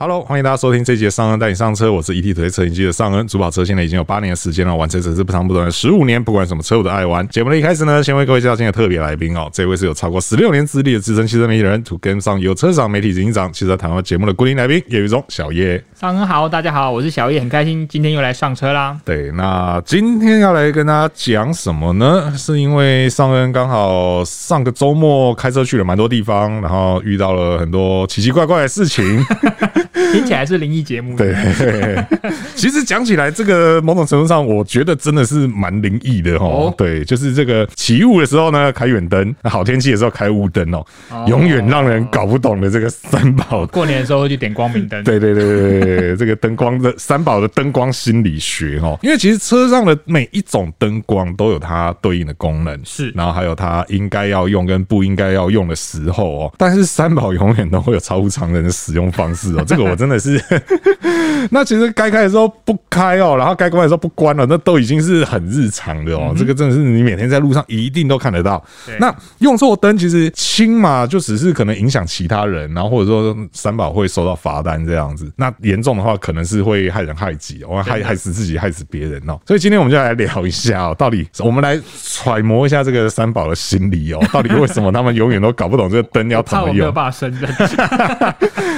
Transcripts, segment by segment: Hello，欢迎大家收听这一节尚恩带你上车，我是 ET 推车影机的尚恩。主跑车现在已经有八年的时间了，玩车只是不长不短的十五年，不管什么车我都爱玩。节目的一开始呢，先为各位介绍今天的特别来宾哦，这位是有超过十六年资历的资深汽车媒体人，土跟上有车赏媒体执行长，汽车谈话节目的固定来宾叶宇中小叶。上恩好，大家好，我是小叶，很开心今天又来上 车啦。对，那今天要来跟大家讲什么呢？是因为尚恩刚好上个周末开车去了蛮多地方，然后遇到了很多奇奇怪怪的事情。听起来是灵异节目，对，其实讲起来，这个某种程度上，我觉得真的是蛮灵异的哦哦。对，就是这个起雾的时候呢，开远灯；好天气的时候开雾灯哦，哦永远让人搞不懂的这个三宝。过年的时候会去点光明灯。对对对对对对，这个灯光的三宝的灯光心理学哦，因为其实车上的每一种灯光都有它对应的功能，是然后还有它应该要用跟不应该要用的时候哦。但是三宝永远都会有超乎常人的使用方式哦，这个我真的是那其实该开的时候不开哦，然后该关的时候不关了，那都已经是很日常的哦。这个真的是你每天在路上一定都看得到嗯对。那用错灯其实轻嘛，就只是可能影响其他人，然后或者说三宝会收到罚单这样子。那严重的话，可能是会害人害己哦，害真的害死自己，害死别人哦。所以今天我们就来聊一下哦，到底我们来揣摩一下这个三宝的心理 哦，到底为什么他们永远都搞不懂这个灯要怎 怕么我没用有？办法胜任。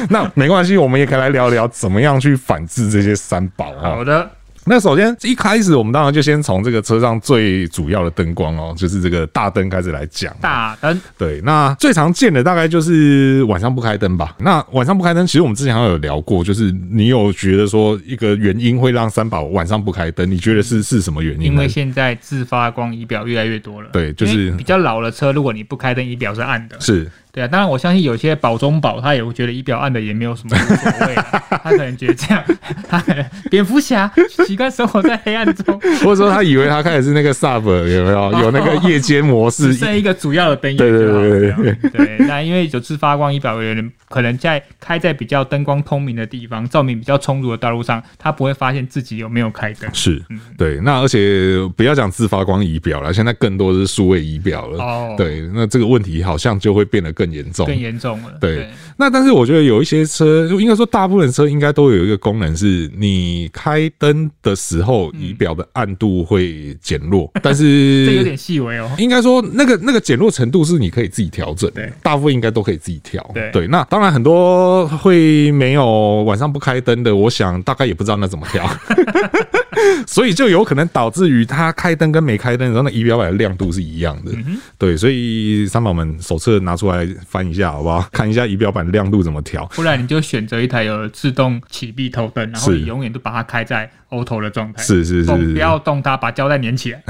那没关系，我们也可以来聊聊怎么样去反制这些三宝哦。好的，那首先一开始，我们当然就先从这个车上最主要的灯光哦，就是这个大灯开始来讲。大灯对，那最常见的大概就是晚上不开灯吧。那晚上不开灯，其实我们之前好像有聊过，就是你有觉得说一个原因会让三宝晚上不开灯，你觉得是是什么原因呢？因为现在自发光仪表越来越多了，对就是因为比较老的车，如果你不开灯，仪表是暗的。是对啊，当然我相信有些保中保他也会觉得仪表暗的也没有什么无所谓啊，他可能觉得这样， 他可能蝙蝠侠习惯生活在黑暗中，或者说他以为他开的是那个 sub 有没有有那个夜间模式 只剩一个主要的灯对源对就好了。对对对对，那因为有次发光仪表有人可能在开在比较灯光通明的地方，照明比较充足的道路上，他不会发现自己有没有开灯。是对，那而且不要讲自发光仪表了，现在更多的是数位仪表了。哦对，那这个问题好像就会变得更严重。更严重了，对，那但是我觉得有一些车，应该说大部分车应该都有一个功能是，你开灯的时候仪表的暗度会减弱，但是嗯这有点细微哦。应该说，那个那个减弱程度是你可以自己调整的对，大部分应该都可以自己调。对那当然很多会没有晚上不开灯的，我想大概也不知道那怎么 调，所以就有可能导致于他开灯跟没开灯的时候，那仪表板的亮度是一样的。嗯对，所以三宝们手册拿出来翻一下，好不好？看一下仪表板亮度怎么调。不然你就选择一台有自动启闭头灯，然后是你永远都把它开在 auto 的状态，是是是动是不要动它，把胶带粘起来。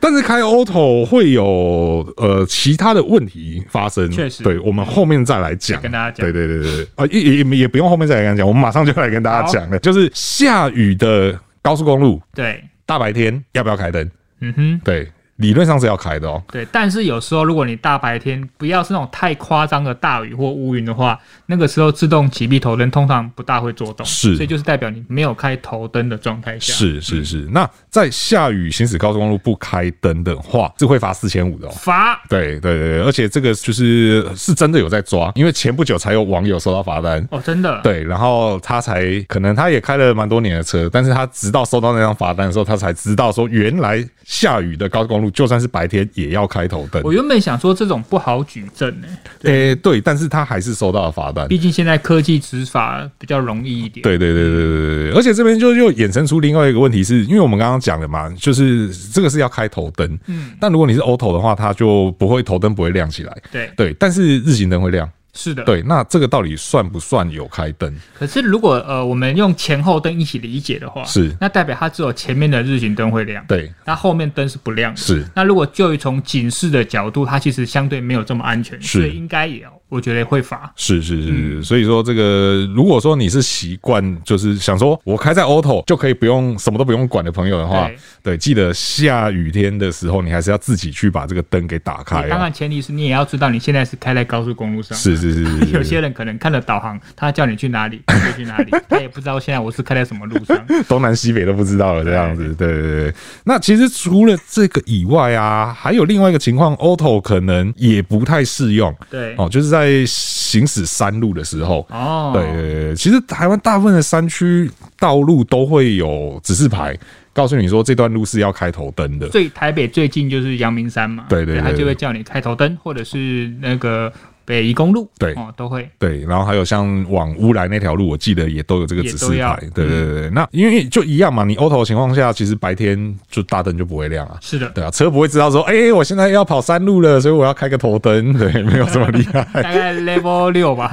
但是开 auto 会有呃其他的问题发生，确实对我们后面再来讲，跟大家讲对对对对对，啊、也也也也不用后面再来跟大家讲，我们马上就来跟大家讲了，就是下雨的高速公路对，大白天要不要开灯？嗯哼，对，理论上是要开的哦。对。但是有时候如果你大白天不要是那种太夸张的大雨或乌云的话，那个时候自动启闭头灯通常不大会做动，是所以就是代表你没有开头灯的状态下，是是是，那在下雨行驶高速公路不开灯的话，是会罚四千五的哦。罚对对对，对而且这个就是是真的有在抓，因为前不久才有网友收到罚单，哦，真的，对，然后他才可能他也开了蛮多年的车，但是他直到收到那张罚单的时候，他才知道说原来下雨的高速公路就算是白天也要开头灯。我原本想说这种不好举证呢、欸诶、对，但是他还是收到了罚单。毕竟现在科技执法比较容易一点。，对对对对对对对，而且这边就又衍生出另外一个问题是，因为我们刚刚讲了嘛，就是这个是要开头灯，嗯，但如果你是 auto 的话，它就不会头灯不会亮起来，对对，但是日行灯会亮，是的。对，那这个到底算不算有开灯？可是如果呃我们用前后灯一起理解的话，是那代表它只有前面的日行灯会亮，对，那后面灯是不亮的。是那如果就于从警示的角度，它其实相对没有这么安全，是所以应该也我觉得会罚。是是是，嗯所以说这个，如果说你是习惯，就是想说我开在 auto 就可以不用什么都不用管的朋友的话，对，记得下雨天的时候，你还是要自己去把这个灯给打开、当啊。然前提是你也要知道你现在是开在高速公路上。是是是 是是，有些人可能看了导航，他叫你去 哪里你就去哪里，他也不知道现在我是开在什么路上。东南西北都不知道了，这样子，对对对对。那其实除了这个以外啊，还有另外一个情况，auto 可能也不太适用。对哦，就是在在行驶山路的时候，哦，对对对，对其实台湾大部分的山区道路都会有指示牌，告诉你说这段路是要开头灯的。最台北最近就是阳明山嘛，对对对他对就会叫你开头灯，或者是那个北宜公路，对哦，都会，对，然后还有像往乌来那条路，我记得也都有这个指示也都要牌。对对对对，那因为就一样嘛，你 auto 的情况下，其实白天就大灯就不会亮啊。是的，对啊，车不会知道说，哎、我现在要跑山路了，所以我要开个头灯。对，没有这么厉害。大概 level 六吧，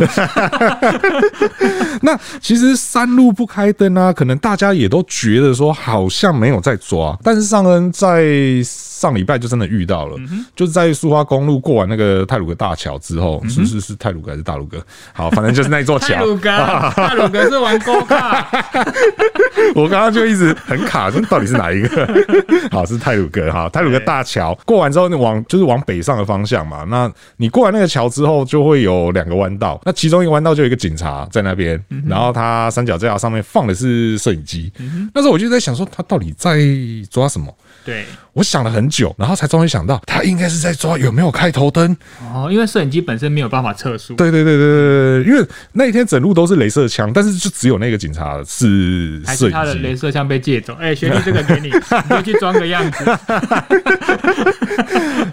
那其实山路不开灯啊，可能大家也都觉得说好像没有在抓，但是上恩在上礼拜就真的遇到了，就是在苏花公路过完那个泰鲁阁大桥之后，是是是泰鲁阁还是大鲁阁？好，反正就是那一 座泰桥。 鲁格，泰鲁格是玩 Go Kart， 我刚刚就一直很卡，这到底是哪一个？ 好，是泰鲁阁哈，泰鲁阁大桥过完之后，你往就是往北上的方向嘛。那你过完那个桥之后，就会有两个弯道，那其中一个弯道就有一个警察在那边，嗯然后他三脚架上面放的是摄影机。那时候我就在想说，他到底在抓什么？对，我想了很久，然后才终于想到，他应该是在抓有没有开头灯。哦，因为摄影机本身没有办法测速，对对对对对对，因为那一天整路都是镭射枪，但是就只有那个警察是还摄是影他的机。镭射枪被借走，哎，学弟这个给 你，你就去装个样子，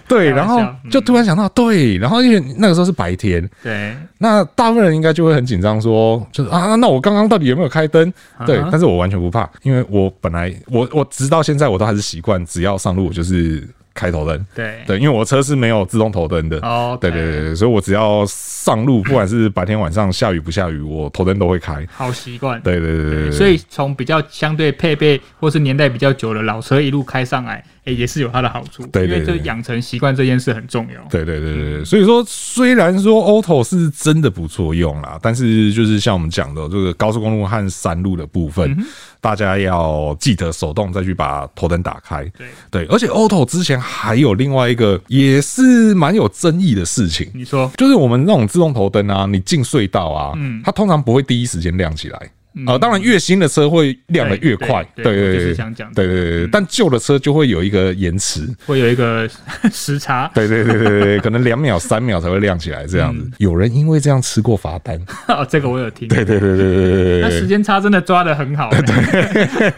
对，开玩然后笑嗯就突然想到，对，然后因为那个时候是白天，对，那大部分人应该就会很紧张，说就是啊，那我刚刚到底有没有开灯？对啊哈，但是我完全不怕，因为我本来我我直到现在我都还是习惯，只要上路我就是开头灯。对，对，因为我车是没有自动头灯的。哦，对对对，对，所以我只要上路，不管是白天晚上下雨不下雨，我头灯都会开。好习惯。对对对对对，所以从比较相对配备或是年代比较久的老车一路开上来，哎、也是有它的好处。对对因为对就养成习惯这件事很重要。对对对对，对，所以说虽然说 auto 是真的不错用啦，但是就是像我们讲的这个高速公路和山路的部嗯分，大家要记得手动再去把头灯打开。对，对，而且 auto 之前还有另外一个也是蛮有争议的事情，你说，就是我们那种自动头灯啊，你进隧道啊，嗯它通常不会第一时间亮起来。呃，当然越新的车会亮得越对快，对对对对，对我就是对想讲嗯的对对对，对但旧的车就会有一个延迟，会有一个 时差，对对对对对对，可能两秒三秒才会亮起来这样子。有人因为这样吃过罚单。 哦，这个我有听。 对对对对对那对时对间差真的抓得很好、哎对，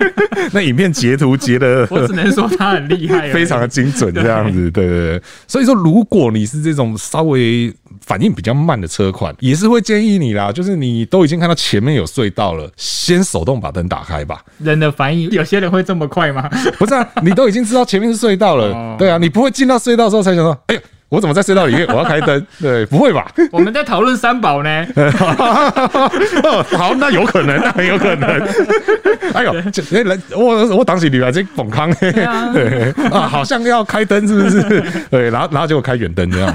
那影片截图截的我只能说他很厉害而 已，非常的精准这样子。对对对，所以说如果你是这种稍微反应比较慢的车款，也是会建议你啦，就是你都已经看到前面有隧道了，先手动把灯打开吧。人的反应。有些人会这么 快吗？不是啊，你都已经知道前面是隧道哦了，对啊，你不会进到隧道之后才想说，哎呦，我怎么在隧道里面？我要开灯？对，不会吧？我们在讨论三宝呢， 哦，好，那有可能，那很有可 能。哎呦，这哎来，我我挡起你来，这蹦康嘿嘿 啊对啊，好像要开灯，是不是？ 对，然后然后结果开远灯这样。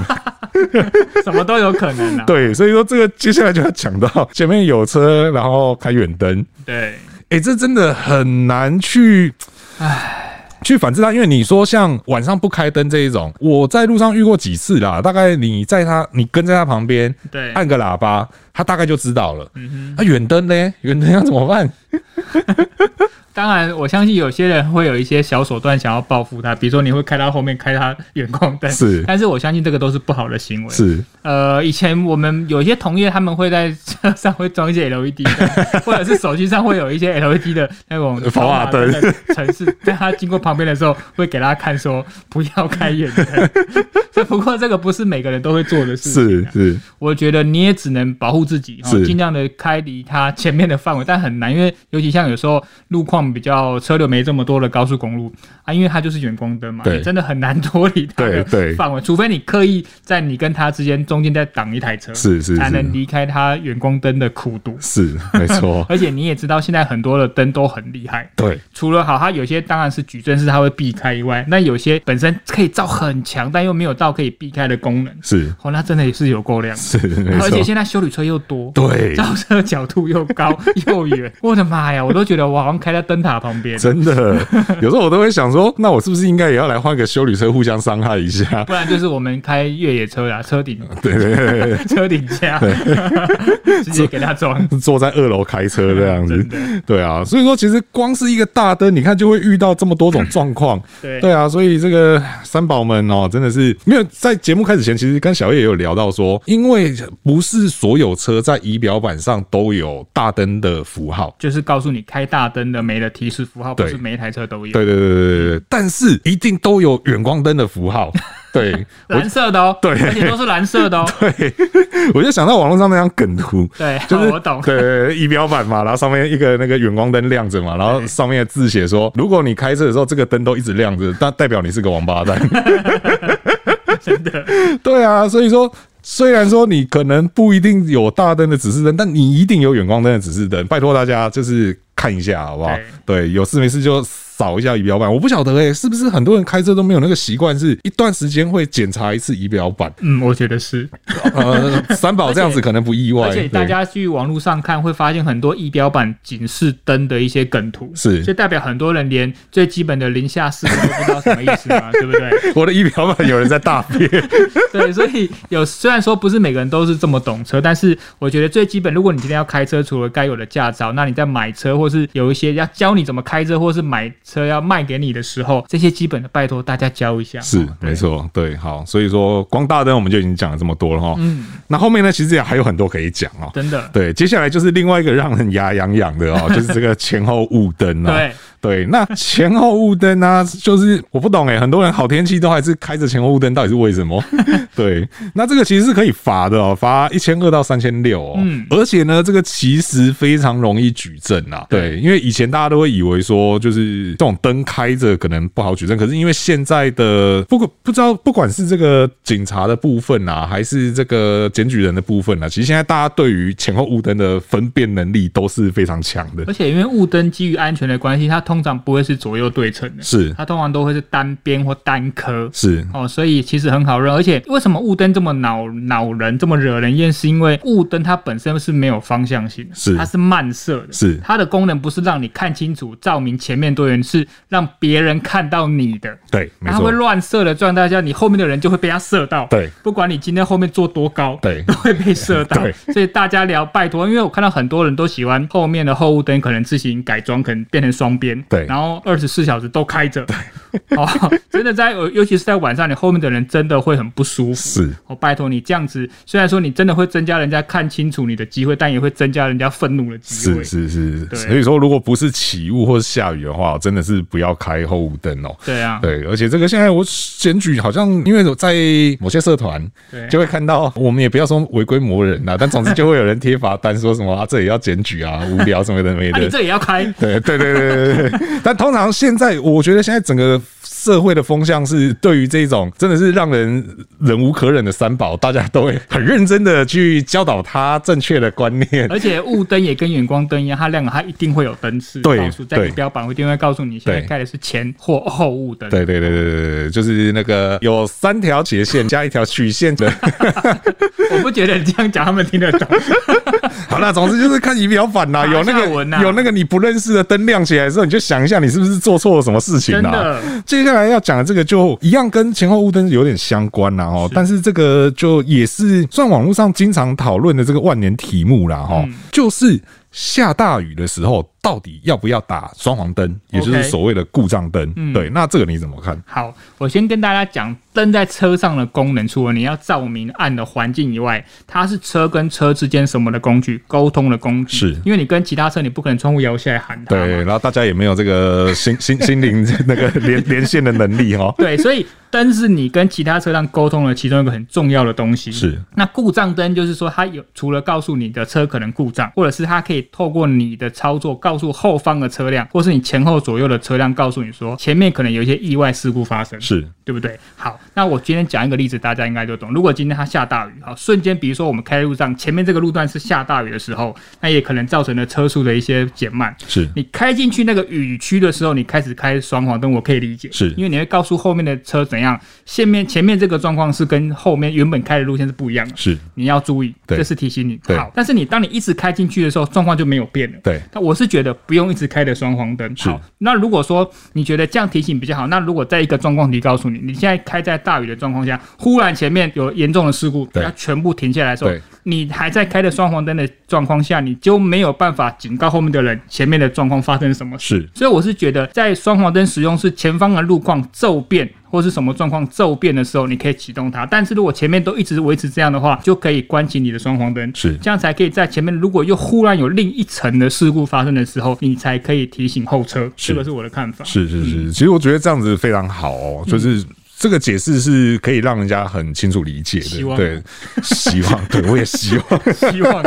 什么都有可能啊。对，所以说这个接下来就要讲到前面有车，然后开远灯，对哎、这真的很难去，唉。去反制它，因为你说像晚上不开灯这一种，我在路上遇过几次啦。大概你在他，你跟在他旁边，对按个喇叭，他大概就知道了。嗯啊，远灯呢？远灯要怎么办？当然，我相信有些人会有一些小手段想要报复他，比如说你会开他后面开他远光灯，是但是我相信这个都是不好的行为。，是呃，以前我们有一些同业他们会在车上会装一些 LED 灯，或者是手机上会有一些 LED 的那种防滑灯的城市，在他经过旁边的时候会给他看说不要开远灯。 这不过这个不是每个人都会做的事情、是啊。是，我觉得你也只能保护自己，哦是尽量的开离它前面的范围，但很难，因为尤其像有时候路况比较车流没这么多的高速公路啊，因为它就是远光灯嘛，对你真的很难脱离它的对对范围，除非你刻意在你跟它之间中间再挡一台车，是是才是能离开它远光灯的苦毒。，是，没错 而且你也知道，现在很多的灯都很厉害，对除了好，它有些当然是矩阵式，它会避开以外，那有些本身可以照很强，但又没有到可以避开的功能。是哦，那真的也是有够亮的。是，没而且错，现在修理车又多，对 照射角度又高又远，我的妈呀，我都觉得我好像开在灯塔旁边，真的，有时候我都会想说，那我是不是应该也要来换个修理车，互相伤害一下？ 不然就是我们开越野车啦，车顶对对 对对车顶架， 直接给他装。对，坐在二楼开车这样子真的，对啊，所以说其实光是一个大灯，你看就会遇到这么多种状况，对对啊，所以这个三宝们哦，真的是没有在节目开始前，其实跟小叶也有聊到说，因为不是所有车在仪表板上都有大灯的符号，就是告诉你开大灯的没的提示符号，不对是每一台车都有。对对对对对对，但是一定都有远光灯的符号，对我蓝色的哦，对而且都是蓝色 的哦。对，我就想到网络上那张梗图，对， 就是、哦我懂。对仪表板嘛，然后上面一个那个远光灯亮着嘛，然后上面的字写说，如果你开车的时候这个灯都一直亮着，那代表你是个王八蛋。 真的， 对啊，所以说。虽然说你可能不一定有大灯的指示灯，但你一定有远光灯的指示灯。拜托大家，就是看一下好不好？对，有事没事就扫一下仪表板。我不晓得诶、是不是很多人开车都没有那个习惯，是一段时间会检查一次仪表板？嗯，我觉得是。呃，三宝这样子可能不意外，而且大对家去网络上看，会发现很多仪表板警示灯的一些梗图，是就代表很多人连最基本的零下四度都不知道什么意 思嘛，对不对？我的仪表板有人在大便，对，所以有虽然说不是每个人都是这么懂车，但是我觉得最基本，如果你今天要开车，除了该有的驾照，那你在买车或是有一些要教你怎么开车，或是买车要卖给你的时候，这些基本的拜托大家教一下。 是哦没。错，对，好，所以说光大灯我们就已经讲了这么多了哈，嗯，那后面呢，其实也还有很多可以讲哦。对真的，对，接下来就是另外一个让人牙痒痒的 哦，就是这个前后雾灯啊。对对，那前后雾灯呢， 就是我不懂哎、很多人好天气都还是开着前后雾灯，到底是为什么？ 对，那这个其实是可以罚的哦，罚一千二到三千六哦。嗯而且呢，这个其实非常容易举证啊。对，因为以前大家都会以为说，就是这种灯开着可能不好举证，可是因为现在的不管不知道，不管是这个警察的部分啊，还是这个检举人的部分啊，其实现在大家对于前后雾灯的分辨能力都是非常强的。而且因为雾灯基于安全的关系，它通常不会是左右对称的，是它通常都会是单边或单颗。是，哦，所以其实很好认，而且为什么雾灯这么恼恼人，这么惹人厌，是因为雾灯它本身是没有方向性的，是它是漫射的，是它的功能不是让你看清楚照明前面多远，是让别人看到你的。对，没它错会。乱射的状态下，你后面的人就会被它射到。对，不管你今天后面坐多高， 对都 会被射到。对，所以大家聊拜托，因为我看到很多人都喜欢后面的后雾灯，可能自行改装，可能变成双边，对然后二十四小时都开着。对， 哦，真的在，尤其是在晚上，你后面的人真的会很不舒服。是哦，拜托你这样子，虽然说你真的会增加人家看清楚你的机会，但也会增加人家愤怒的机会。是是是，对所以说如果不是起雾或是下雨的话，真的是不要开后雾灯哦。对啊，对，而且这个现在我检举好像，因为我在某些社团对就会看到，我们也不要说违规魔人啊啦，但总之就会有人贴罚单，说什么啊这也要检举啊，无聊什么的没啊，你的。这也要开？对对对对对对 对。但通常现在，我觉得现在整个社会的风向是对于这种真的是让人忍无可忍的三宝，大家都会很认真的去教导他正确的观念。 而且雾灯也跟远光灯一样，它亮了它一定会有灯刺对告诉，在对仪表板会一定会告诉你现在对开的是前或后雾灯。对对对对对对，就是那个有三条斜线加一条曲线的。我不觉得你这样讲他们听得懂。好啦，总之就是看仪表板啦，马有那下个、文啊有那个你不认识的灯亮起来的时候，你就想一下你是不是做错了什么事情真啦的。接下来要讲的这个就一样跟前后雾灯有点相关啦哦，但是这个就也是算网络上经常讨论的这个万年题目啦哈，嗯就是下大雨的时候到底要不要打双黄灯，也就是 OK 所谓的故障灯。嗯对，那这个你怎么看？好，我先跟大家讲，灯在车上的功能，除了你要照明暗的环境以外，它是车跟车之间什么的工具，沟通的工具。是因为你跟其他车，你不可能窗户摇下来喊它嘛。对，然后大家也没有这个心心心灵 那个连连线的能力哦。对，所以灯是你跟其他车辆沟通的其中一个很重要的东西。是，那故障灯就是说，它有除了告诉你的车可能故障，或者是它可以透过你的操作告诉后方的车辆，或是你前后左右的车辆，告诉你说前面可能有一些意外事故发生。是对不对？好，那我今天讲一个例子，大家应该就懂。如果今天它下大雨，好，瞬间，比如说我们开在路上，前面这个路段是下大雨的时候，那也可能造成了车速的一些减慢。是你开进去那个雨区的时候，你开始开双黄灯，我可以理解，是因为你会告诉后面的车怎样，前面前面这个状况是跟后面原本开的路线是不一样的，是，你要注意，对这是提醒你对。好，但是你当你一直开进去的时候，状况就没有变了。对那我是觉觉得不用一直开的双黄灯。是好，那如果说你觉得这样提醒比较好，那如果在一个状况题告诉你，你现在开在大雨的状况下，忽然前面有严重的事故，对要全部停下来的时候对，你还在开的双黄灯的状况下，你就没有办法警告后面的人前面的状况发生什么事。是所以我是觉得，在双黄灯使用是前方的路况骤变或是什么状况骤变的时候，你可以启动它。但是如果前面都一直维持这样的话，就可以关起你的双黄灯，是这样才可以在前面如果又忽然有另一层的事故发生的时候，你才可以提醒后车。是这个是我的看法。是是嗯是，其实我觉得这样子非常好哦，就是。这个解释是可以让人家很清楚理解希的，望啊对，希望，对我也希望。 希望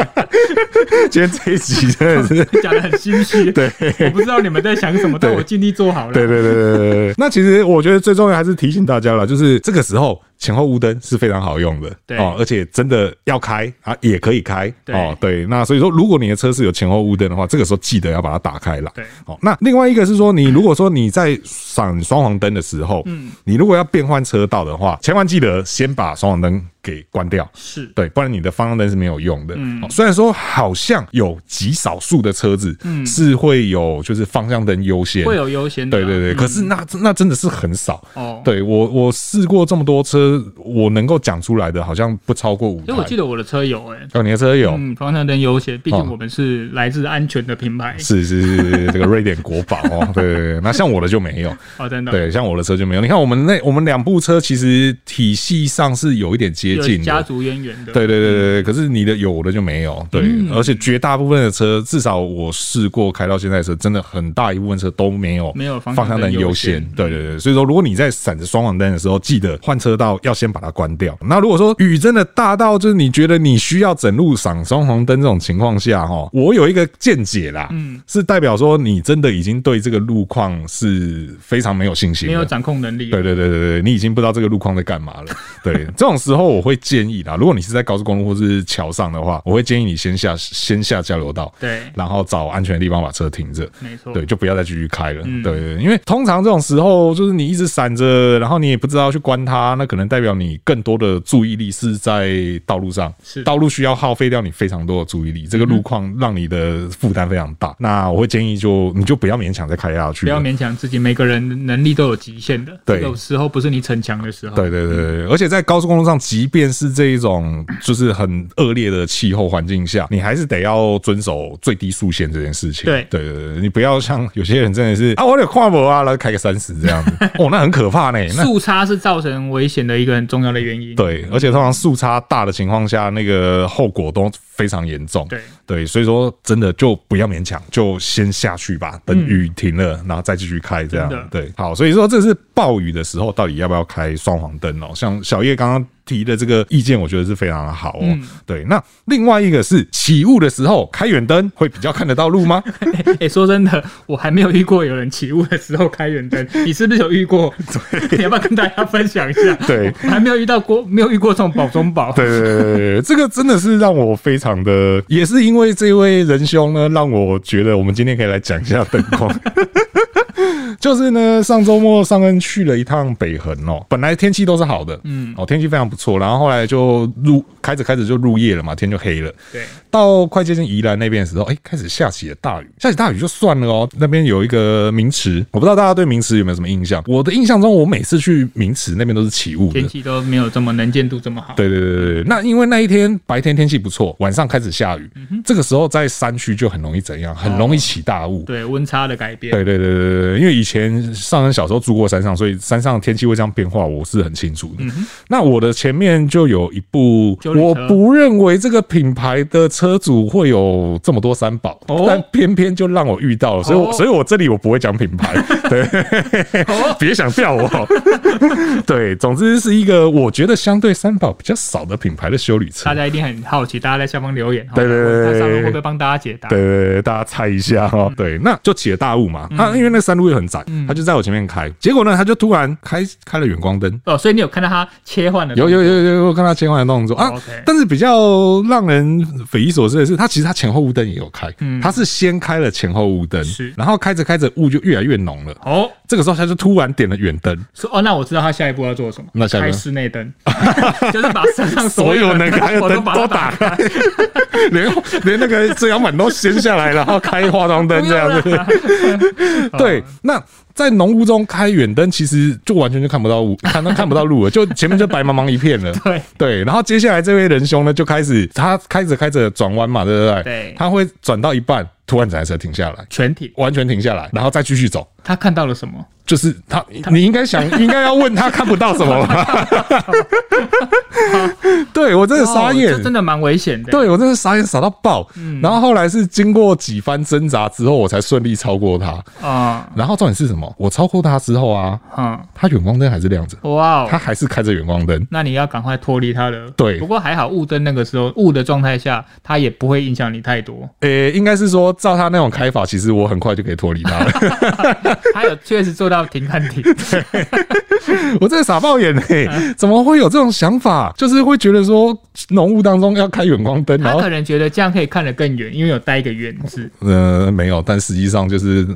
今天这一集真的是，讲的很心 虚。对，我不知道你们在想什么，但我尽力做好了。对对对对对对。那其实我觉得最重要还是提醒大家了，就是这个时候前后雾灯是非常好用的，对哦，而且真的要开啊也可以开，对哦，对。那所以说，如果你的车是有前后雾灯的话，这个时候记得要把它打开了。对哦，那另外一个是说，你如果说你在闪双黄灯的时候，嗯，你如果要变换车道的话，千万记得先把双黄灯给关掉。是。对，不然你的方向灯是没有用的。嗯好虽然说好像有极少数的车子是会有就是方向灯优先，嗯会有优先的啊、对对对，嗯可是那那真的是很少。哦，对我我试过这么多车，我能够讲出来的好像不超过五所以我台记。得我的车有哎、哦，你的车有？嗯，方向灯优先，毕哦竟我们是来自安全的品牌。是是是是，这个瑞典国宝 哦，对对对，那像我的就没有，哦，真的，对，像我的车就没有。你看我们那我们两部车其实体系上是有一点接有近家的，族渊源的，嗯对对对对对，可是你的有我的就没有，对，而且绝大部分的车，至少我试过开到现在的车，真的很大一部分车都没有没有方方向灯优先先，。对对对，所以说如果你在闪着双黄灯的时候，记得换车道要先把它关掉。那如果说雨真的大到就是你觉得你需要整路闪双黄灯这种情况下，哈，我有一个见解啦，嗯，是代表说你真的已经对这个路况是非常没有信心没的，有掌控能力，对对对对对，你已经不知道这个路况在干嘛了。对，这种时候我会建议啦，如果你是在高速公路或是桥上的话，我会建议你先下先下交流道，对然后找安全的地方把车停着。没错，对，就不要再继续开了。对对，对因为通常这种时候就是你一直闪着，然后你也不知道去关它，那可能代表你更多的注意力是在道路上，是道路需要耗费掉你非常多的注意力，这个路况让你的负担非常大。那我会建议就你就不要勉强再开下去不了，要勉强自己，每个人能力都有极限的，对有时候不是你逞强的时候，对对对对，而且在高速公路上，即便是这一种就是很恶劣的气候环境下，你还是得要遵守最低速限这件事情。对对对对，你不要像有些人真的是啊，我有跨博啊，然后开个三十这样子，哦，那很可怕呢。那速差是造成危险的一个很重要的原因，对，而且通常速差大的情况下，那个后果都非常严重。对对，所以说真的就不要勉强，就先下去吧，等雨停了，然后再继续开这样嗯真的。对，好，所以说这是暴雨的时候到底要不要开双黄灯哦？像小叶刚刚。提的这个意见，我觉得是非常的好哦。嗯对，那另外一个是起雾的时候开远灯会比较看得到路吗？哎、说真的，我还没有遇过有人起雾的时候开 远灯，你是不是有遇过？你要不要跟大家分享一下？对我还没有遇到过，没有遇过这种宝中宝，对对对对对，这个真的是让我非常的，也是因为这位仁兄呢，让我觉得我们今天可以来讲一下灯光。就是呢，上周末上恩去了一趟北横哦，本来天气都是好的，嗯，哦，天气非常不错，然后后来就入开着开着就入夜了嘛，天就黑了，对，到快接近宜兰那边的时候，哎、开始下起了大雨。下起大雨就算了哦，那边有一个名池，我不知道大家对名池有没有什么印象？我的印象中，我每次去名池那边都是起雾的天，气都没有这么能见度这么好，对对对对对，那因为那一天白天天气不错，晚上开始下雨，嗯这个时候在山区就很容易怎样，很容易起大雾。对温差的改变，对对对对对对，因为以前上人小时候住过山上，所以山上天气会这样变化，我是很清楚嗯的。那我的前面就有一部修，理车我不认为这个品牌的车主会有这么多三宝，哦但偏偏就让我遇到了，所以我、哦所以我这里我不会讲品 牌，对， 别想吊我。对，总之是一个我觉得相对三宝比较少的品牌的修理车大。家一定很好奇，大家在下方留言，哦对对对对看上面会不会帮大家解答？嗯对对对，大家猜一下哦。对，那就起了大雾嘛。那、因为那山路又很窄，来，他就在我前面开，结果呢，他就突然开开了远光灯，哦，所以你有看到他切换的有动作有有有有看他切换的动作啊哦，OK。但是比较让人匪夷所思的是，他其实他前后雾灯也有开嗯，他是先开了前后雾灯是，然后开着开着雾就越来越浓了。哦，这个时候他就突然点了远灯，说哦，那我知道他下一步要做什么，那下一步开室 内灯， 就是把身上所有有能开的我灯都把它都打开， 连连那个遮阳板都掀下来，然后开化妆灯这样子。 对，那在浓雾中开远灯，其实就完全就看不到雾，看都看不到路了，就前面就白茫茫一片了。 对，对，然后接下来这位仁兄呢，就开始他开着开着转弯嘛，对不对？对他会转到一半，突然整台车停下来，全体。完全停下来，然后再继续走。他看到了什么？就是他，你应该想，应该要问他看不到什么 吧？对我真的傻眼哦，这真的蛮危险的。，对我真的傻眼傻到爆。嗯然后后来是经过几番挣扎之后，我才顺利超过他。啊，然后重点是什么？我超过他之后啊，嗯，他远光灯还是亮着，哇他哦，还是开着远光灯。那你要赶快脱离他了。对不过还好雾灯那个时候雾的状态下，它也不会影响你太多。诶、应该是说照他那种开法，其实我很快就可以脱离他了。 还有确实做到停看停。我真的傻爆眼嘞、怎么会有这种想法？就是会觉得说浓雾当中要开远光 灯，然他后可能觉得这样可以看得更远，因为有带一个远字。呃没有，但实际上就是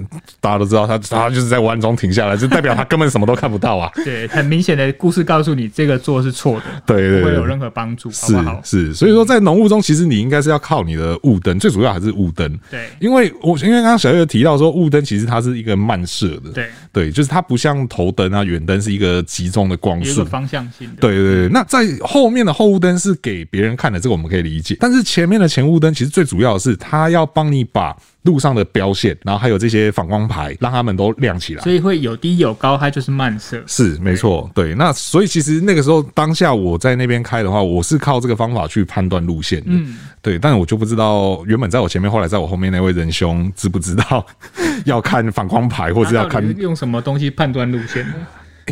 大家都知道他他就是在弯中停下来，就代表他根本什么都看不到 啊。对，很明显的故事告诉你这个做是错的，对对对不会有任何帮助，好是不好？是，所以说在浓雾中，其实你应该是要靠你的雾灯，最主要还是雾灯。对因为我因为刚刚小月有提到说，雾灯其实它是一个漫射的，对，对，就是它不像头灯啊、远灯是一个集中的光有一束个。方向性的。对对对，那在后面的后雾灯是给别人看的，这个我们可以理解。但是前面的前雾灯其实最主要的是，它要帮你把路上的标线，然后还有这些反光牌，让它们都亮起来所。以会有低有高，它就是慢射。是没错，对。那所以其实那个时候当下我在那边开的话，我是靠这个方法去判断路线的。嗯，对。但我就不知道原本在我前面，后来在我后面那位仁兄知不知 道要看反光牌，或是要那到看哎底是用什么东西判断路线的？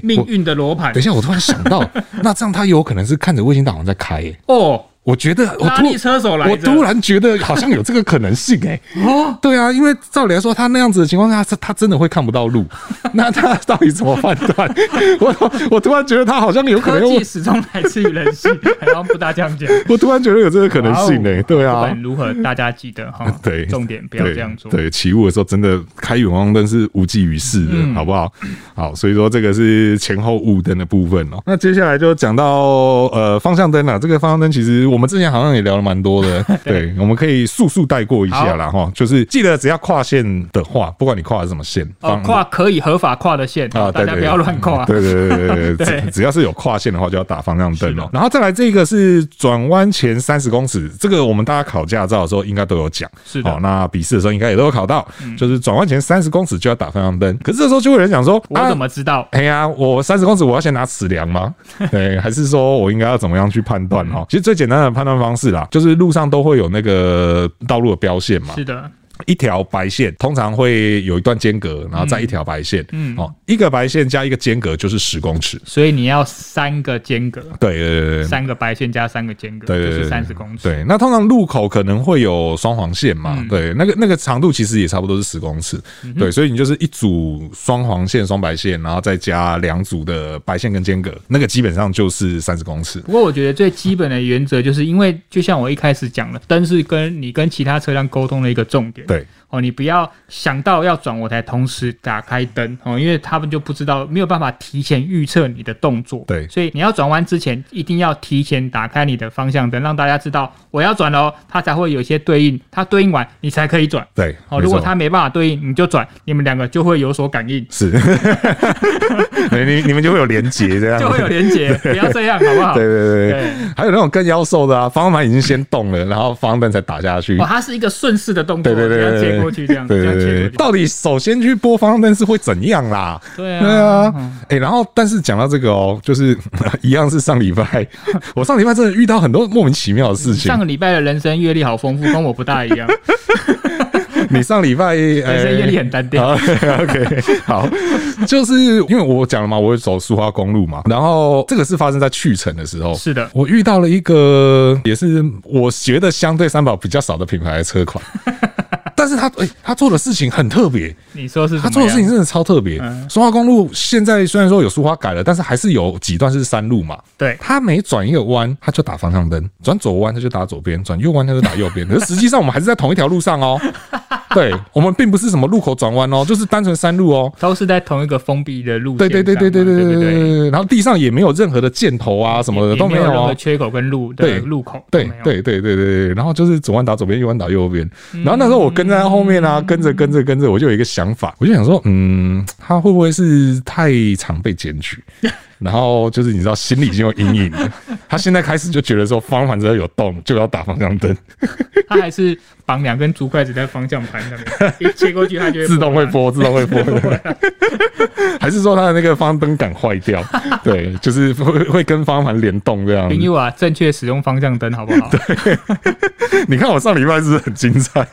命运的罗盘等一下，我突然想到，那这样他有可能是看着卫星导航在开、欸。哦，我觉得我拉突力车手来着我突然觉得好像有这个可能性哎、 哦，对啊，因为照理来说，他那样子的情况下，他他真的会看不到 路。那他到底怎么判断？ 我我突然觉得他好像有可科能用技始终来自于人性，然后不大这样讲。我突然觉得有这个可能性呢、哇哦 对不啊，管，如何，大家记得哈 对重点不要这样做。对，对起雾的时候真的开远光灯是无济于事的，嗯好不好？好，所以说这个是前后雾灯的部分哦、那接下来就讲到呃方向灯了。这个方向灯其实我们之前好像也聊了蛮多 的，对，我们可以速速带过一下啦哈。就是记得只要跨线的话，不管你跨的是什么线，哦方，跨可以合法跨的线，啊，哦大对家对，不要乱跨。对对对对 对，对只只要是有跨线的话，就要打方向灯是哦的。然后再来这个是转弯前三十公尺，这个我们大家考驾照的时候应该都有讲，是的嗯哦，那笔试的时候应该也都有考到，就是转弯前三十公尺就要打方向灯。可是这时候就会有人想说，我啊怎么知道？哎呀，我三十公尺，我要先拿尺量吗？对，还是说我应该要怎么样去判断哈？其实最简单的判断方式啦，就是路上都会有那个道路的标线嘛，是的，一条白线通常会有一段间隔，然后再一条白线，嗯，哦，一个白线加一个间隔就是十公尺，所以你要三个间隔，对对对对对。三个白线加三个间隔，对对就对，是三十公尺。对，那通常路口可能会有双黄线嘛，嗯对，那个那个长度其实也差不多是十公尺，对，所以你就是一组双黄线、双白线，然后再加两组的白线跟间隔，那个基本上就是三十公尺。不过我觉得最基本的原则就是因为，就像我一开始讲的，灯是跟你跟其他车辆沟通的一个重点。对，哦，你不要想到要转我才同时打开灯哦，因为他们就不知道，没有办法提前预测你的动作。对所以你要转弯之前，一定要提前打开你的方向灯，让大家知道我要转喽，它才会有一些对应，它对应完你才可以转。对，哦，如果没错它没办法对应，你就转，你们两个就会有所 感应，是，你你们就会有连结这样， 就会有连结。不要这样，好不好？对对对对对，还有那种更妖兽的啊，方向盘已经先动了，然后方向灯才打下去哦，。它是一个顺势的动作，对对对这样对对，切过去这样，对这对样切对过对，去。到底首先去拨方向灯是会怎样啦？对啊对啊，哎，然后但是讲到这个哦，就是 一样是上礼拜，我上礼拜真的遇到很多莫名其妙的事情上。个礼拜的人生阅历好丰富，跟我不大一 样，你上礼 拜人生阅历哎。很单调。啊 OK，好，就是因为我讲了嘛，我走苏花公路嘛，然后这个是发生在去程的时候，是的，我遇到 了一个也是我觉得相对三宝比较少的品牌的车款，但但是他哎、他做的事情很特别，你说是他什做么的事情样？真的超特别啊嗯。苏花公路现在虽然说有苏花改了，但是还是有几段是山路嘛。对，他每转一个弯，他就打方向灯；转左弯，他就打左边；转右弯，他就打右边。可是实际上，我们还是在同一条路上哦。对，我们并不是什么路口转弯哦，就是单纯山路哦。都是在同一个封闭的路对线对对上嘛，对对对对对不对对，对。然后地上也没有任何的箭头啊什么的也都也没没有任何哦。缺口跟路对的路口，对都没有，嗯对对对对对，然后就是左弯打左边，右弯打右边。然后那时候我跟在他后面啊，跟着跟着跟着，我就有一个想法，我就想说，嗯，他会不会是太常被检 举？然后就是你知道，心里已经有阴影了。他现在开始就觉得说，方向盘只要有动就要打方向灯，他还是绑两根竹筷子在方向盘上 面，一切过去他就啊自动会拨，破自动会 拨。啊 还是说他的那个方向灯杆坏掉？对，就是会会跟方向盘联动这样烂。。林 u 啊，正确使用方向灯好不好？你看我上礼拜是不是很精彩？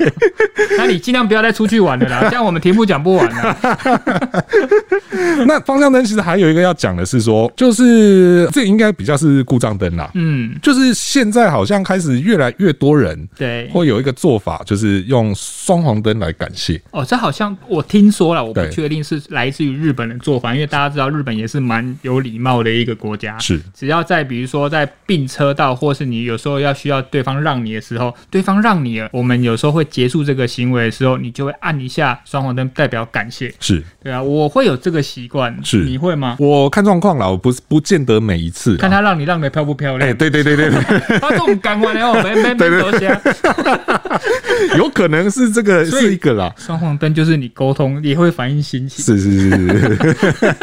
那你尽量不要再出去玩 了啦，这样我们题目讲不完啊了。 那方向灯其实还有一个要讲的是说，就是这应该比较是故障灯啦。嗯，就是现在好像开始越来越多人对。会有一个做法，就是用双黄灯来感谢。哦，这好像我听说了，我不对确定是来自于日本的做法，因为大家知道日本也是蛮有礼貌的一个国家。是只要在比如说在并车道，或是你有时候要需要对方让你的时候，对方让你了，我们有时候会结束这个行为的时候，你就会按一下双黄灯，代表感谢。是，对啊，我会有这个习惯，是你会吗？我看状况啦，我不是不见得每一次啦。看他让你让的漂不漂哎、亮，对对对对 对，他这种感官然后哦没没没哎对多想。有可能是这个所以是一个啦。双黄灯就是你沟通也会反映心情，是是是是 是，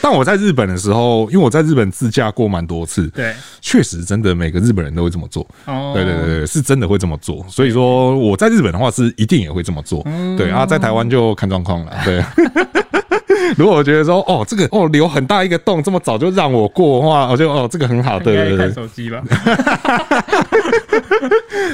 但我在日本的时候，因为我在日本自驾过蛮多次，对，确实真的每个日本人都会这么做。哦，对对对，对，是真的会这么做。所以说我在日本的话是一定也会这么做。嗯对啊，在台湾就看状况了。对。 如果我觉得说哦，这个哦留很大一个洞，这么早就让我过的话，我就哦这个很好。对对应该对看，手机吧，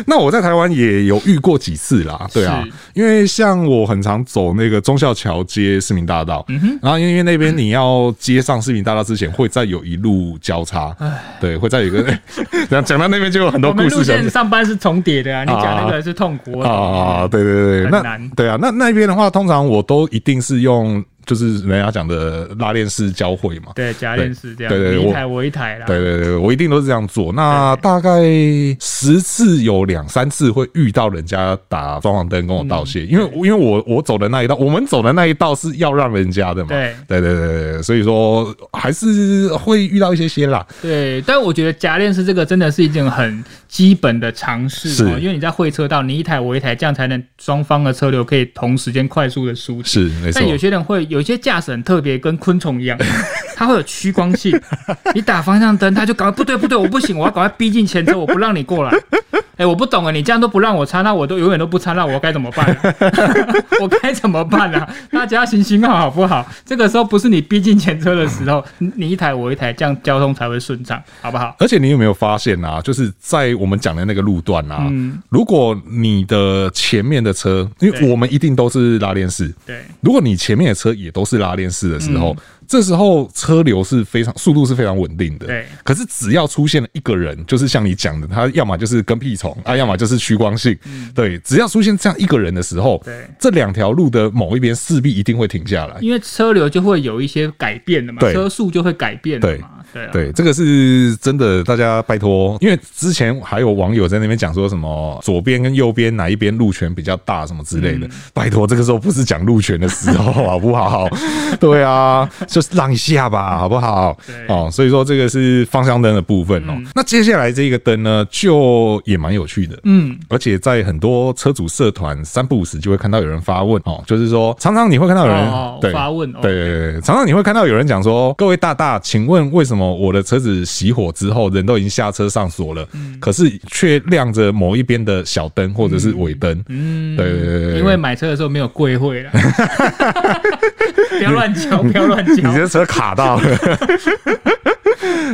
那我在台湾也有遇过几次啦，对啊是，因为像我很常走那个忠孝桥接市民大嗯道，然后因为那边你要接上市民大道之前，会再有一路交叉，对，会再有一个， 然后讲到那边就有很多我们故路事想线上班是重叠的啊，你讲那个是痛苦啊，，对对对，很那难对啊，那那边的话，通常我都一定是用就是人家讲的拉链式交汇嘛。对，假链是这样，对对对你一我台我一台啦，对对对，我一定都是这样做。那大概十次有两三次会遇到人家打双黄灯跟我道嗯谢，因为因为我我走的那一道，我们走的那一道是要让人家的嘛。对对对对对，所以说还是会遇到一些些啦。对，但我觉得夹链式这个真的是一件很基本的尝试哦，是因为你在会车道，你一台我一台，这样才能双方的车流可以同时间快速的疏通。是没错但，有些人会，有些驾驶很特别，跟昆虫一 样，它会有趋光性。你打方向灯，它就赶快不对不对，我不行，我要赶快逼近前车，我不让 你过来。哎、我不懂啊，你这样都不让我插，那我都永远都不插，那我该怎 么办、啊？我该怎么办啊？大家行行好，好不好？这个时候不是你逼近前车的时候，你你一台我一台，这样交通才会顺畅，好不好？而且你有没有发现啊？就是在我们讲的那个路段啊，嗯如果你的前面的车，因对为我们一定都是拉链式，对，如果你前面的车也都是拉链式的时候，嗯这时候车流是非常速度是非常稳定的。对可是只要出现了一个人，就是像你讲的，他要么就是跟屁虫啊，要么就是趋光性。对，只要出现这样一个人的时候，嗯对这两条路的某一边势必一定会停下来。因为车流就会有一些改变的嘛，对车速就会改变的嘛，对啊，对，这个是真的，大家拜托，因为之前还有网友在那边讲说什么左边跟右边哪一边路权比较大什么之嗯类的，拜托，这个时候不是讲路权的时候， 好不好？对啊，就是让一下吧，好不好对？哦，所以说这个是方向灯的部分哦。那接下来这个灯呢，就也蛮有趣的，嗯，而且在很多车主社团三不五时就会看到有人发问哦，就是说常常你会看到有人、哦对发问哦对对对对，常常你会看到有人讲说，各位大大，请问为什么我的车子熄火之后，人都已经下车上锁了，嗯可是却亮着某一边的小灯或者是尾灯？嗯，对对对对对，因为买车的时候没有贵会 啦，不要乱交，不要乱你交。的车卡到了。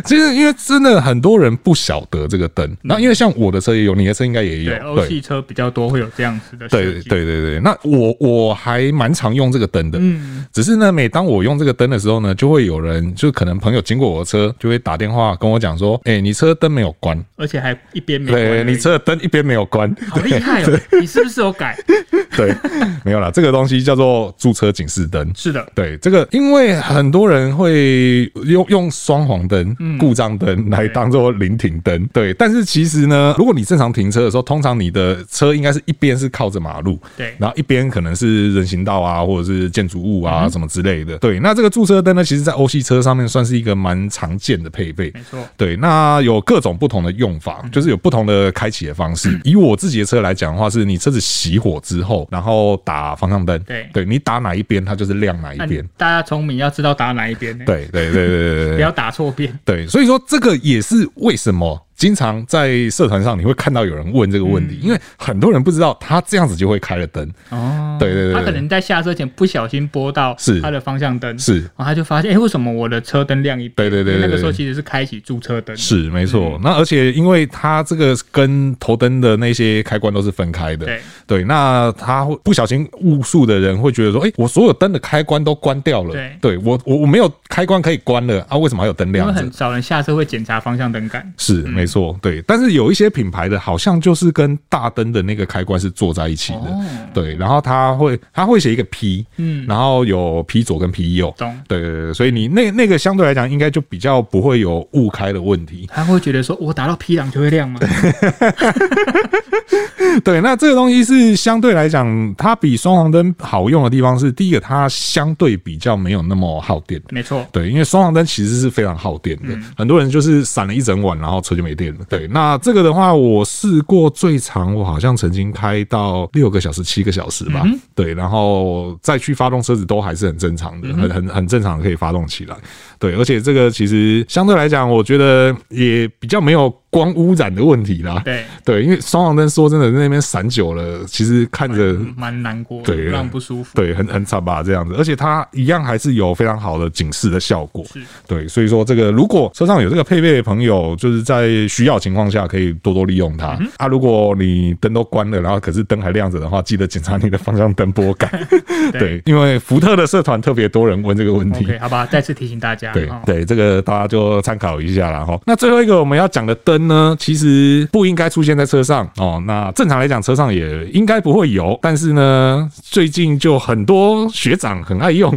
其实因为真的很多人不晓得这个灯，然后因为像我的车也有，你的车应该也有对，，欧对系车比较多会有这样子的设对对计，对对。那我我还蛮常用这个灯的，嗯，只是呢，每当我用这个灯的时候呢，就会有人就可能朋友经过我的车，就会打电话跟我讲说：“哎、你车灯没有关，而且还一边没关而对已，你车的灯一边没有 关。好厉害哦，你是不是有改？”对，没有啦，这个东西叫做驻车警示灯。是的，对，这个因为很多人会用用双黄灯、故障灯来当做临停灯，对。但是其实呢，如果你正常停车的时候，通常你的车应该是一边是靠着马路，对然后一边可能是人行道啊，或者是建筑物啊、什么之类的。对，那这个驻车灯呢，其实在欧系车上面算是一个蛮常见的配备。没错，对，那有各种不同的用法，嗯就是有不同的开启的方式。 以我自己的车来讲的话，是你车子熄火之后，然后打方向灯，对对你打哪一边，它就是亮哪一那你边。大家聪明要知道打哪一边呢？，对对对对对对 不对要打错边。对，所以说这个也是为什么经常在社团上你会看到有人问这个问题，因为很多人不知道他这样子就会开了灯。嗯哦，对对对对他可能在下车前不小心拨到是他的方向灯，是然后他就发现，哎、为什么我的车灯亮一对边？对对因为那对个对时候其实是开启驻车灯，是没错，嗯那而且因为它这个跟头灯的那些开关都是分开的，对那他会不小心误触的人会觉得说，哎、我所有灯的开关都关掉了，对我我我没有开关可以关了啊，为什么还有灯因为亮着很？嗯少人下车会检查方向灯杆。是没错，对，但是有一些品牌的好像就是跟大灯的那个开关是坐在一起的，哦对，然后它会它会写一个 P，嗯，然后有 P 左跟 P 右，懂。对对对，所以你那那个相对来讲应该就比较不会有误开的问题，他会觉得说，我打到 P 档就会亮吗？对，那这个东西是相对来讲，它比双黄灯好用的地方是，第一个它相对比较没有那么耗电。没错，对，因为双黄灯其实是非常耗电的，很多人就是闪了一整晚，然后车就没电了。对，那这个的话，我试过最长，我好像曾经开到六个小时、七个小时吧。对，然后再去发动车子都还是很正常的，很很很正常的可以发动起来。对，而且这个其实相对来讲，我觉得也比较没有光污染的问题啦。对，对，因为双黄灯说真的，在那边闪久了，其实看着蛮难过的，对让不舒服。对很很惨吧这样子，而且它一样还是有非常好的警示的效果。是，对，所以说这个如果车上有这个配备的朋友，就是在需要情况下可以多多利用嗯它。啊，如果你灯都关了，然后可是灯还亮着的话，记得检查你的方向灯拨 杆。对，因为福特的社团特别多人问这个问题。 OK，好吧，再次提醒大家，对哦对，这个大家就参考一下啦哈。那最后一个我们要讲的灯呢，其实不应该出现在车上哦。那正常来讲，车上也应该不会有，但是呢，最近就很多学长很爱 用，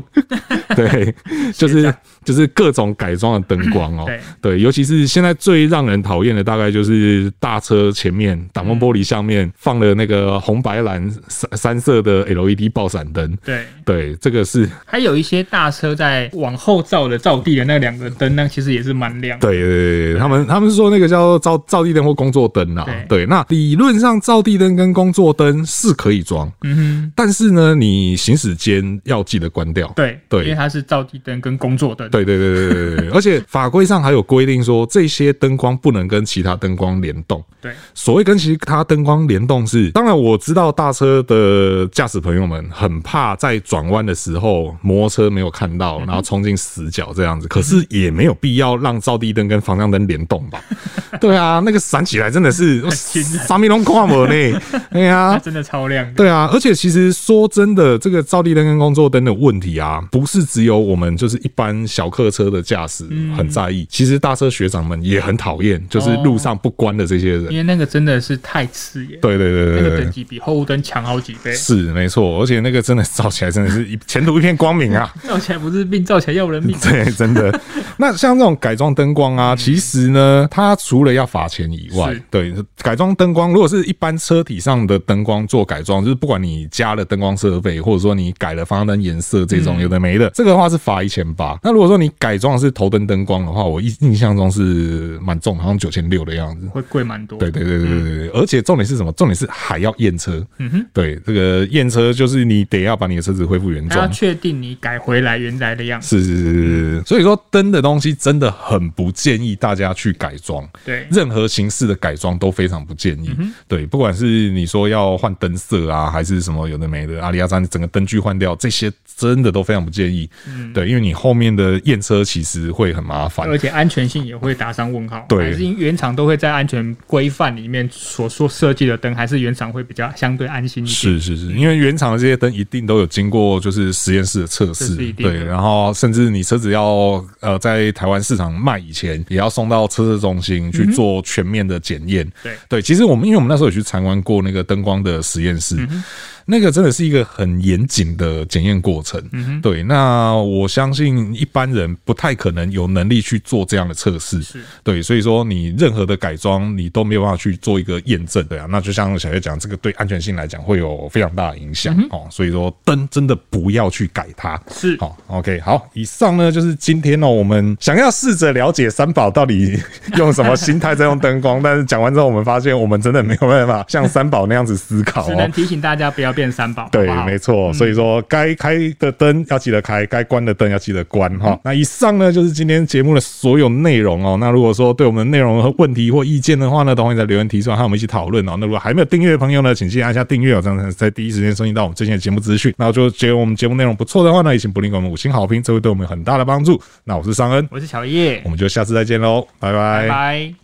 对，就是就是各种改装的灯光哦。对对，尤其是现在最让人讨厌的，大概就是大车前面挡风玻嗯璃下面放了那个红白蓝三三色的 LED 爆闪灯。对，对，这个是还有一些大车在往后照的照地的那两个灯，那其实也是蛮亮的。对对对对，他们他们是说那个叫照照地灯或工作灯啦、对对，那理论上照地灯跟工作灯是可以装，嗯但是呢，你行驶间要记得关掉哼，。对对因为它是照地灯跟工作灯。对对对对对 对，而且法规上还有规定说，这些灯光不能跟其他灯光联动。对，所谓跟其他灯光联动是，当然我知道大车的驾驶朋友们很怕在转弯的时候摩托车没有看到，然后冲进死角这样子，可是也没有必要让照地灯跟方向灯联动吧？对啊，那个闪起来真的是惊人三米龙跨我呢，哎它呀。真的超亮的。对啊，而且其实说真的，这个照地灯跟工作灯的问题啊，不是只有我们就是一般小客车的驾驶很在意，其实大车学长们也很讨厌，就是路上不关的这些人。因为那个真的是太刺眼，对对对那对个对等级比后雾灯强好几倍，是没错，而且那个真的照起来真的是一前途一片光明 啊！。照起来不是病，照起来要人命对，真的。那像这种改装灯光啊，其实呢，它除了要罚钱以外嗯是，对改装灯光，如果是一般车体上的灯光做改装，就是不管你加了灯光设备，或者说你改了方向灯颜色这嗯种有的没的，这个的话是罚一千八。那如果说你改装的是头灯灯光的话，我印印象中是蛮重，好像九千六的样子。会贵蛮多，对对对对对对对，而且重点是什么？重点是还要验车。嗯哼，对，这个验车就是你得要把你的车子恢复原还要状。确定你改回来原来的样子。嗯是是是是是，所以说灯的东西真的很不建议大家去改装。对，对任何形式的改装都非常不建议。对，不管是你说要换灯色啊，还是什么有的没的，阿里亚山整个灯具换掉，这些真的都非常不建议。对，因为你后面的验车其实会很麻烦。而且安全性也会打上问号。对还是因为原厂都会在安全规范里面所说设计的灯，还是原厂会比较相对安心一点。是是是，因为原厂的这些灯一定都有经过就是实验室的测这试嗯是一，定的对，然后甚至你车子要呃在台湾市场卖以前，也要送到测试中心去做全面的检验。嗯对对，其实我们因为我们那时候有去参观过那个灯光的实验嗯室，那个真的是一个很严谨的检验过程。嗯对，那我相信一般人不太可能有能力去做这样的测试。是对，所以说你任何的改装，你都没有办法去做一个验证，对啊。那就像小叶讲，这个对安全性来讲会有非常大的影响、哦。所以说灯真的不要去改它。嗯是好、OK，好，以上呢就是今天哦，我们想要试着了解三宝到底用什么心态在用灯光，但是讲完之后，我们发现我们真的没有办法像三宝那样子思考只哦能。提醒大家不要变三宝。对好不，好嗯没错，所以说该开的灯要记得开，该关的灯要记得关哈、嗯那以上呢就是今天节目的所有内容哦。那如果说对我们的内容和问题或意见的话呢，都欢迎在留言提出来，和我们一起讨论哦。那如果还没有订阅的朋友呢，请记得按下订阅哦，这样才能在第一时间收听到我们最新的节目资讯。那就觉得我们节目内容不错的话呢，也请不吝给我们五星好评，这会对我们有很大的帮助。那我是尚恩，我是小叶，我们就下次再见喽，拜拜拜。